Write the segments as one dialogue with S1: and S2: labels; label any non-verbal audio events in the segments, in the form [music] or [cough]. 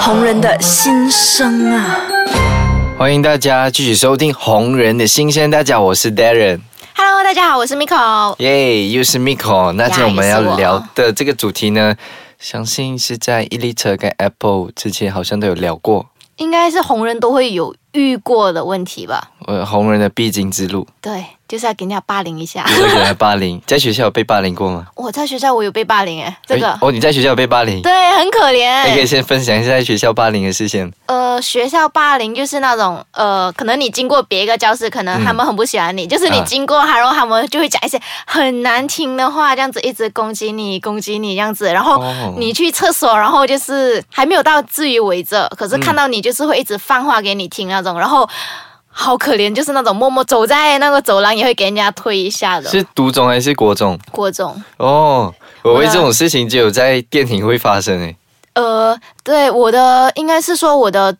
S1: 红人的心声啊！
S2: 欢迎大家继续收听《红人的新鲜》。大家好，我是 Darren，
S3: Hello，大家好，我是 Miko。
S2: 耶又是 Miko。那今天我们要
S3: 也是我
S2: 聊的这个主题呢，相信是在 Elite 跟 Apple 之前好像都有聊过，
S3: 应该是红人都会有遇过的问题吧？
S2: 呃，红人的必经之
S3: [laughs]
S2: 路，
S3: 对，就是要给人家霸凌一下
S2: 比。如说有人霸凌，在学校有被霸凌过吗？
S3: [laughs] 我在学校我有被霸凌哎，这个
S2: 哎哦，你在学校有被霸凌？
S3: 对很可
S2: 你可以
S3: 怜。
S2: 先分享一下在学校霸凌的事情。
S3: 呃，学校霸凌就是那种呃，可能你经过别一个教室，可能他们很不喜欢你，就是你
S2: 啊
S3: 经过他，然后他们就会讲一些很难听的话，这样子一直攻击你，攻击你这样子，然后
S2: 哦
S3: 你去厕所，然后就是还没有到至于围着，可是看到你就是会一直放话给你听那种，然后好可怜，就是那种默默走在那个走廊也会给人家推一下的
S2: 是读中还是国中？
S3: 过中。
S2: 哦，我为
S3: 我的
S2: 这种事情只有在电影会发生诶。
S3: 呃，对，我的应该是说我的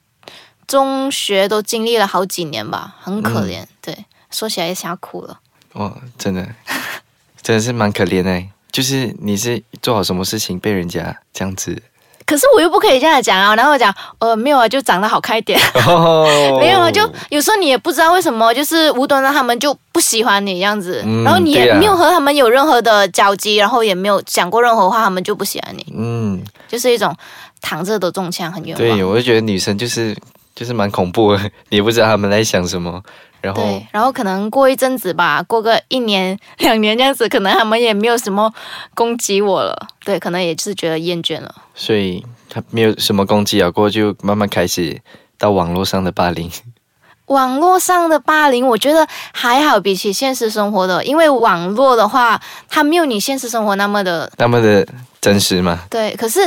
S3: 中学都经历了好几年吧，很可
S2: 嗯
S3: 怜。对，说起来也想要哭了。
S2: 哦，真的， [laughs] 真的是蛮可怜哎。就是你是做好什么事情被人家这样子，
S3: 可是我又不可以这样讲啊，然后我讲，呃，没有啊，就长得好看一点。
S2: 哦
S3: 没有啊，就有时候你也不知道为什么，就是无端端他们就不喜欢你这样子，
S2: 嗯
S3: 然后你
S2: 对
S3: 也
S2: 啊
S3: 没有和他们有任何的交集，然后也没有讲过任何话，他们就不喜欢你，
S2: 嗯，
S3: 就是一种躺着都中枪，很冤
S2: 对，
S3: 枉。
S2: 我就觉得女生就是就是蛮恐怖的， [laughs] 你也不知道她们在想什么，然后
S3: 对，然后可能过一阵子吧，过个一年、两年这样子，可能他们也没有什么攻击我了。对，可能也就是觉得厌倦了。
S2: 所以她没有什么攻击啊，过后就慢慢开始到网络上的霸凌， [laughs]
S3: 网络上的霸凌，我觉得还好，比起现实生活的，因为网络的话，它没有你现实生活那么的
S2: 那么的真实嘛，
S3: 对，可是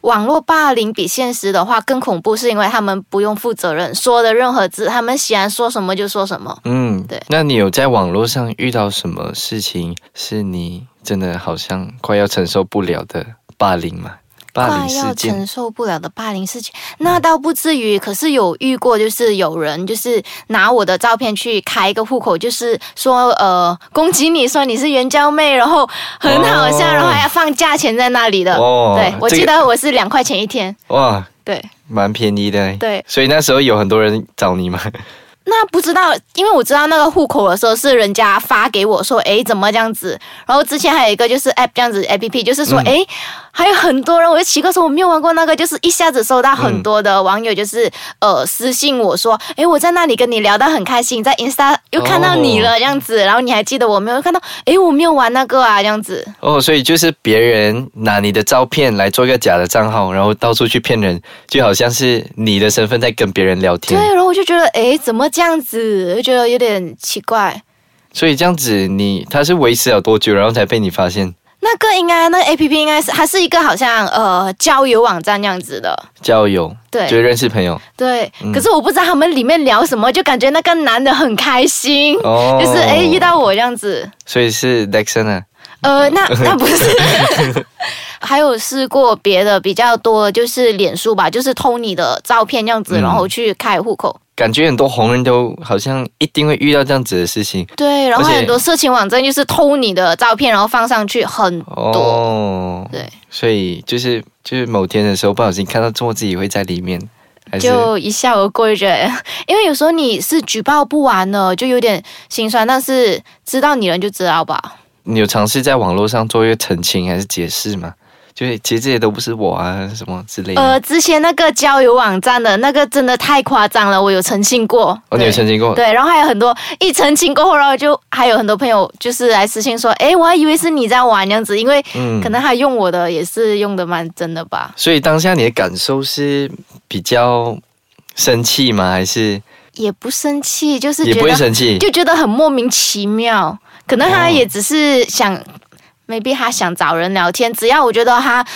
S3: 网络霸凌比现实的话更恐怖，是因为他们不用负责任，说的任何字，他们喜欢说什么就说什么。
S2: 嗯，
S3: 对
S2: 那你有在网络上遇到什么事情是你真的好像快要承受不了的霸凌吗？霸凌
S3: 快
S2: 事
S3: 要
S2: 件嗯
S3: 承受不了的霸凌事情，那倒不至于。可是有遇过，就是有人就是拿我的照片去开一个户口，就是说呃攻击你说你是援交妹，然后很好笑，
S2: 哦
S3: 然后还要放价钱在那里的。
S2: 哦
S3: 对，我
S2: 这个
S3: 记得我是两块钱一天。
S2: 哇，
S3: 对，
S2: 蛮便宜的。
S3: 对
S2: 所以那时候有很多人找你嘛。
S3: 那不知道，因为我知道那个户口的时候是人家发给我说，诶，怎么这样子？然后之前还有一个就是 app 这样子 app，就是说，诶，还有很多人，我就奇怪说我没有玩过那个，就是一下子收到很多的网友就是、呃私信我说，诶，我在那里跟你聊得很开心，在 insta 又看到你了、这样子，然后你还记得我没有看到？诶，我没有玩那个啊这样子，
S2: [laughs] 哦，所以就是别人拿你的照片来做一个假的账号，然后到处去骗人，就好像是你的身份在跟别人聊
S3: 对，
S2: 天。
S3: 然后我就觉得，诶，怎么这样子？就觉得有点奇怪。
S2: 所以这样子你，他是维持了多久，然后才被你发现？
S3: 那个应该，那个 A P P 应该是它是一个好像呃交友网站那样子的，
S2: 交友，
S3: 对
S2: 就认识朋友。
S3: 对。可
S2: 嗯
S3: 是我不知道他们里面聊什么，就感觉那个男的很开心，
S2: 哦
S3: [laughs] 就是哎遇，到我这样子。
S2: 所以是 Dexon 啊。[laughs]
S3: 呃，那那不是。还有试过别的比较多，就是脸书吧，就是偷你的照片这样子，
S2: 嗯
S3: 然后去开户口。
S2: 感觉很多红人都好像一定会遇到这样子的事情
S3: 对，然后
S2: 而且
S3: 很多色情网站就是偷你的照片，然后放上去很多。
S2: 哦，
S3: 对，
S2: 所以就是就是某天的时候不小心看到做自己会在里面，还是
S3: 就一笑而过，就觉得，因为有时候你是举报不完的，就有点心酸，但是知道你人就知道吧。
S2: 你有尝试在网络上做一个澄清还是解释吗？就是其实这些都不是我啊，什么之类的。
S3: 呃，之前那个交友网站的那个真的太夸张了，我有澄清过。
S2: 哦，你有澄清过？
S3: 对，然后还有很多一澄清过后，然后就还有很多朋友就是来私信说，诶，我还以为是你在玩这样子，因为
S2: 嗯
S3: 可能他用我的也是用的蛮真的吧。
S2: 所以当下你的感受是比较生气吗？还是
S3: 也不生气，就是
S2: 也
S3: 觉
S2: 不
S3: 得
S2: 会生气？
S3: 就觉得很莫名其妙。可能他
S2: 哦
S3: 也只是想、m a y b e 他想找人聊天。只要我觉得他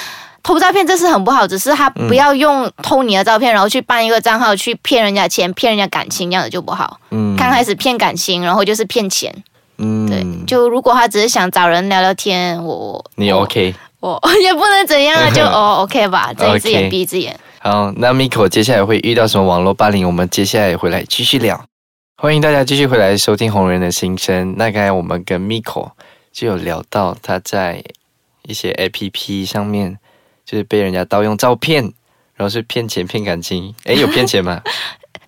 S3: 偷照片这是很不好，只是他
S2: 嗯
S3: 不要用偷你的照片，然后去办一个账号去骗人家钱、骗人家感情，这样子就不好。
S2: 嗯
S3: 刚开始骗感情，然后就是骗钱。
S2: 嗯
S3: 对，就如果他只是想找人聊聊天，我我
S2: 你 OK。
S3: 我 [laughs] 也不能
S2: [laughs]
S3: 怎样啊，就哦 OK 吧，睁一只
S2: OK
S3: 眼闭一只眼。
S2: 好，那 Miko 接下来会遇到什么网络霸凌？我们接下来回来继续聊。欢迎大家继续回来收听《红人的心声》。那刚才我们跟 Miko 就有聊到，他在一些 APP 上面就是被人家盗用照片，然后是骗钱骗感情，哎，有骗钱吗？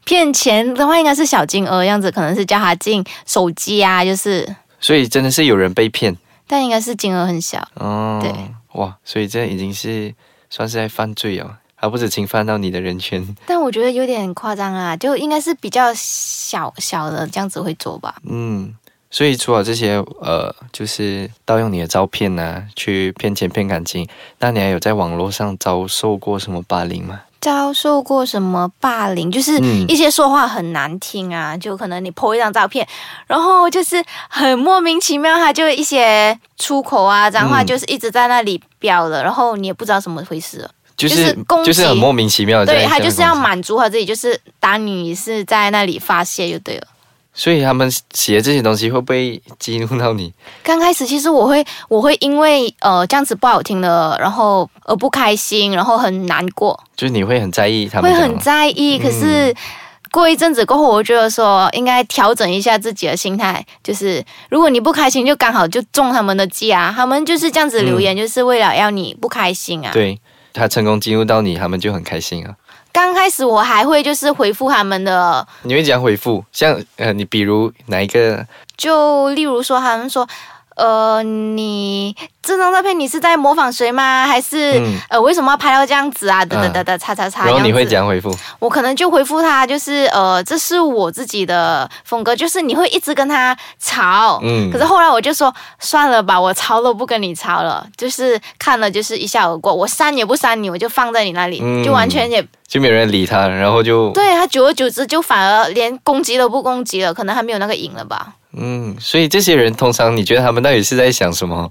S3: 骗钱的话应该是小金额样子，可能是叫他进手机啊，就是，
S2: 所以真的是有人被骗
S3: 但应该是金额很小。
S2: 哦。
S3: 对，
S2: 哇，所以这已经是算是在犯罪哦，还不止侵犯到你的人权。
S3: 但我觉得有点夸张啊，就应该是比较小小的这样子会做吧。
S2: 嗯，所以除了这些呃，就是盗用你的照片呐、去骗钱骗感情，那你还有在网络上遭受过什么霸凌吗？
S3: 遭受过什么霸凌？就是
S2: 嗯
S3: 一些说话很难听啊，就可能你 po 一张照片，然后就是很莫名其妙，他就一些粗口啊、脏话，
S2: 嗯
S3: 就是一直在那里飙的，然后你也不知道什么回事了。
S2: 就
S3: 就是是攻击
S2: 就是很莫名其妙的，
S3: 对他就是要
S2: 买，
S3: 满足他自己，就是当你是在那里发泄就对了。
S2: 所以他们写这些东西会不会激怒到你？
S3: 刚开始其实我会我会因为呃这样子不好听的，然后呃不开心，然后很难过，
S2: 就是你会很在意他们
S3: 会
S2: 讲吗，
S3: 很在意。
S2: 嗯
S3: 可是过一阵子过后，我觉得说应该调整一下自己的心态，就是如果你不开心，就刚好就中他们的计啊，他们就是这样子留言，就是为了要你不开心啊。
S2: 对他成功激怒到你，他们就很开心啊。
S3: 刚开始我还会就是回复他们的，
S2: 你会讲回复，像呃，你比如哪一个
S3: 就例如说他们说。呃，你这张照片你是在模仿谁吗？还是、
S2: 嗯
S3: 呃，为什么要拍到这样子啊？等等等等，叉叉叉。
S2: 然后你
S3: 这样
S2: 会
S3: 子
S2: 讲回复，
S3: 我可能就回复他，就是呃，这是我自己的风格，就是你会一直跟他吵。
S2: 嗯
S3: 可是后来我就说算了吧，我吵了不跟你吵了，就是看了就是一笑而过，我删也不删你，我就放在你那里，
S2: 嗯
S3: 就完全也
S2: 就没有人理他，然后就
S3: 对他久而久之就反而连攻击都不攻击了，可能还没有那个瘾了吧？
S2: 嗯，所以这些人通常你觉得他们到底是在想什么？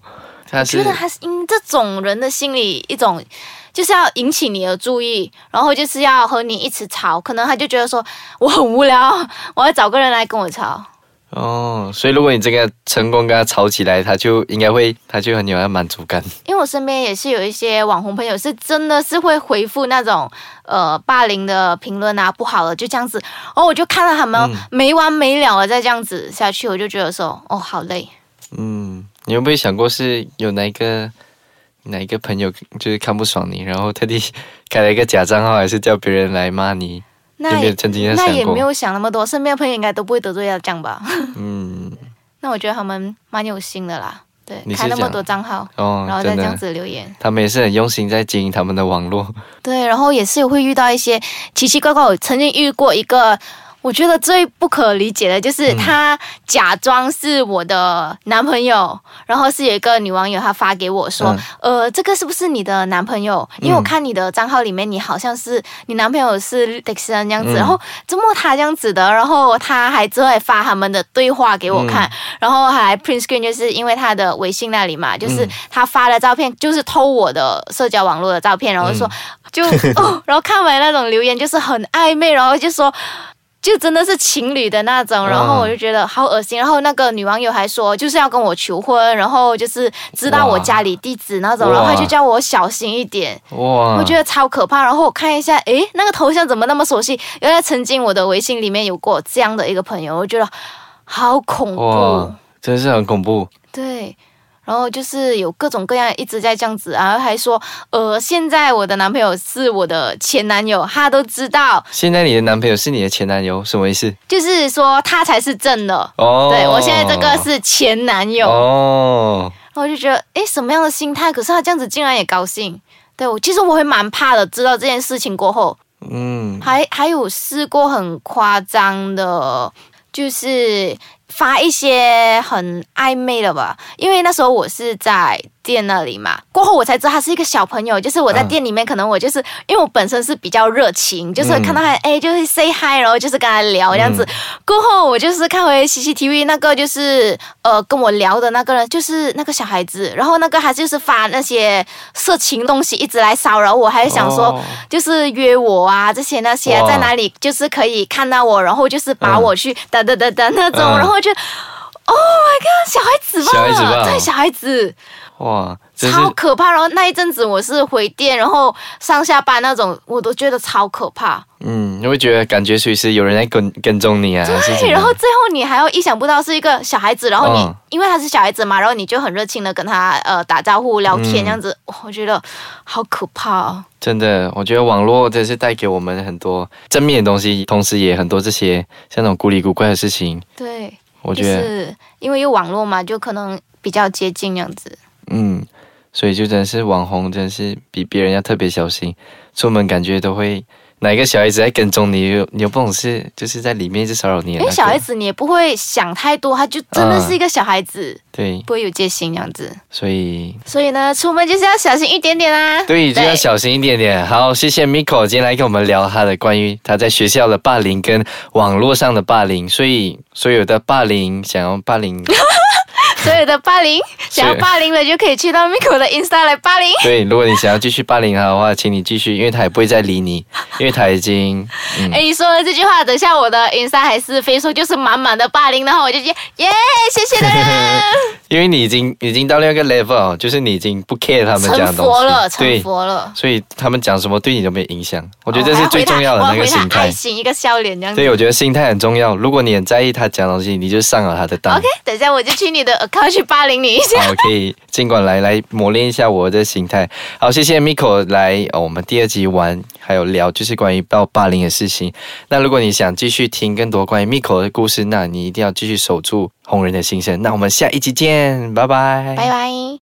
S2: 他是
S3: 觉得他是因这种人的心理一种，就是要引起你的注意，然后就是要和你一起吵，可能他就觉得说我很无聊，我要找个人来跟我吵。
S2: 哦，所以如果你这个成功跟他吵起来，他就应该会，他就很有那满足感。
S3: 因为我身边也是有一些网红朋友，是真的是会回复那种呃霸凌的评论啊，不好了就这样子，然后我就看到他
S2: 嗯
S3: 们没完没了的再这样子下去，我就觉得说哦好累，
S2: 嗯，你有没有想过是有哪一个哪一个朋友就是看不爽你，然后特地开了一个假账号，还是叫别人来骂你？有
S3: 那
S2: 没有
S3: 也
S2: 曾经在
S3: 那
S2: 想
S3: 也没
S2: 过？
S3: 有想那么多，身边的朋友应该都不会得罪到这样吧？
S2: 嗯，
S3: 那我觉得他们蛮有心的啦，对
S2: 你，是
S3: 开那么
S2: 讲
S3: 多账号，然
S2: 哦
S3: 后，再
S2: 真
S3: 这样
S2: 的，
S3: 子留言。
S2: 他们也是很用心在经营他们的网络。
S3: 对，然后也是会遇到一些奇奇怪怪。我曾经遇过一个，我觉得最不可理解的就是他假装是我的男朋友，然后是有一个女网友她发给我说，呃，这个是不是你的男朋友？因为我
S2: 嗯
S3: 看你的账号里面，你好像是你男朋友是 d i x o n 这样子，
S2: 嗯
S3: 然后怎么他这样子的？然后他还之后还发他们的对话给我
S2: 嗯
S3: 看，然后还 print screen，就是因为他的微信那里嘛，就是
S2: 嗯
S3: 他发的照片，就是偷我的社交网络的照片，然后说、
S2: 嗯
S3: 就
S2: [laughs]
S3: 哦，然后看完那种留言就是很暧昧，然后就说。就真的是情侣的那种，
S2: 嗯
S3: 然后我就觉得好恶心。然后那个女网友还说，就是要跟我求婚，然后就是知道我
S2: 哇
S3: 家里地址那种，
S2: 哇嗯
S3: 然后她就叫我小心一点。
S2: 哇，
S3: 我觉得超可怕。然后我看一下，诶，那个头像怎么那么熟悉？原来曾经我的微信里面有过这样的一个朋友，我觉得好恐怖
S2: 哇。，真的是很恐怖。
S3: 对。然后就是有各种各样一直在这样子，然后还说，呃，现在我的男朋友是我的前男友，他都知道，
S2: 现在你的男朋友是你的前男友，什么意思？
S3: 就是说他才是正的。
S2: 哦，
S3: 对我现在这个是前男友，
S2: 哦，
S3: 然后我就觉得，诶，什么样的心态？可是他这样子竟然也高兴。对我，其实我会蛮怕的，知道这件事情过后，
S2: 嗯，
S3: 还还有试过很夸张的，就是发一些很暧昧的吧。因为那时候我是在店那里嘛，过后我才知道他是一个小朋友。就是我在
S2: 嗯
S3: 店里面，可能我就是、因为我本身是比较热情，就是看到他哎、就是 say hi，然后就是跟他聊这样子。过后我就是看回 CCTV 那个就是呃跟我聊的那个人，就是那个小孩子，然后那个他就是发那些色情东西一直来骚扰我，还是想说。
S2: 哦
S3: 就是约我啊，这些那些啊
S2: 哇
S3: 在哪里就是可以看到我，然后就是把我去哒哒哒哒那种，
S2: 嗯
S3: 然后就，Oh my god，小孩子吧，
S2: 小孩子吧
S3: 对，小孩子，
S2: 哇，就是
S3: 超可怕。然后那一阵子我是回电，然后上下班那种，我都觉得超可怕。
S2: 嗯，你会觉得感觉随时有人在跟跟踪你啊，是怎
S3: 对，
S2: 么
S3: 哎然后最后你还要意想不到是一个小孩子，然后你、
S2: 嗯
S3: 因为他是小孩子嘛，然后你就很热情的跟他呃打招呼聊天、
S2: 嗯
S3: 这样子，哇我觉得好可怕哦。
S2: 真的，我觉得网络真是带给我们很多正面的东西，同时也很多这些像那种古里古怪的事情。
S3: 对，
S2: 我
S3: 就
S2: 觉得，
S3: 是因为有网络嘛，就可能比较接近这样子。
S2: 嗯，所以就真的是网红，真是比别人要特别小心，出门感觉都会哪一个小孩子在跟踪你，有你有不懂事，就是在里面一直骚扰你的、
S3: 因
S2: 那
S3: 为
S2: 个。
S3: 哎小孩子你也不会想太多，他就真的
S2: 嗯
S3: 是一个小孩子，
S2: 对，
S3: 不会有戒心这样子。
S2: 所以
S3: 所以呢，出门就是要小心一点点啦、
S2: 对，就要小心一点点。好，谢谢 Miko 今天来跟我们聊他的关于他在学校的霸凌跟网络上的霸凌，所以所有的霸凌想要霸
S3: [laughs]
S2: 凌，
S3: 所有的霸
S2: [laughs]
S3: 凌，想要霸凌的就可以去到 Miko 的 Insta 来霸凌。
S2: 对，如果你想要继续霸凌他的话，请你继续，因为他也不会再理你，因为他已经嗯
S3: 哎、你说了这句话，等一下我的 Insta 还是 Facebook 就是满满的霸凌，然后我就觉得耶，谢谢的人，
S2: 因为你已经已经到另外一个 level，就是你已经不 care [laughs] 他们讲的
S3: 成
S2: 东西，
S3: 佛了，
S2: 对
S3: 成，佛了。
S2: 所以他们讲什么对你都没有影响。我
S3: 我
S2: 觉得这是最重要的那个心态
S3: 爱。心一个笑脸这样子。
S2: 对，我觉得心态很重要。如果你很在意他讲的东西，你就上了他的当。
S3: OK，等一下我就去你的 account 去霸凌你一下。
S2: 好，可以尽管来来磨练一下我的心态。好，谢谢 Miko 来、哦、我们第二集玩，还有聊就是关于到霸凌的事情。那如果你想继续听更多关于 Miko 的故事，那你一定要继续守住红人的心声。那我们下一集见，拜拜，
S3: 拜拜。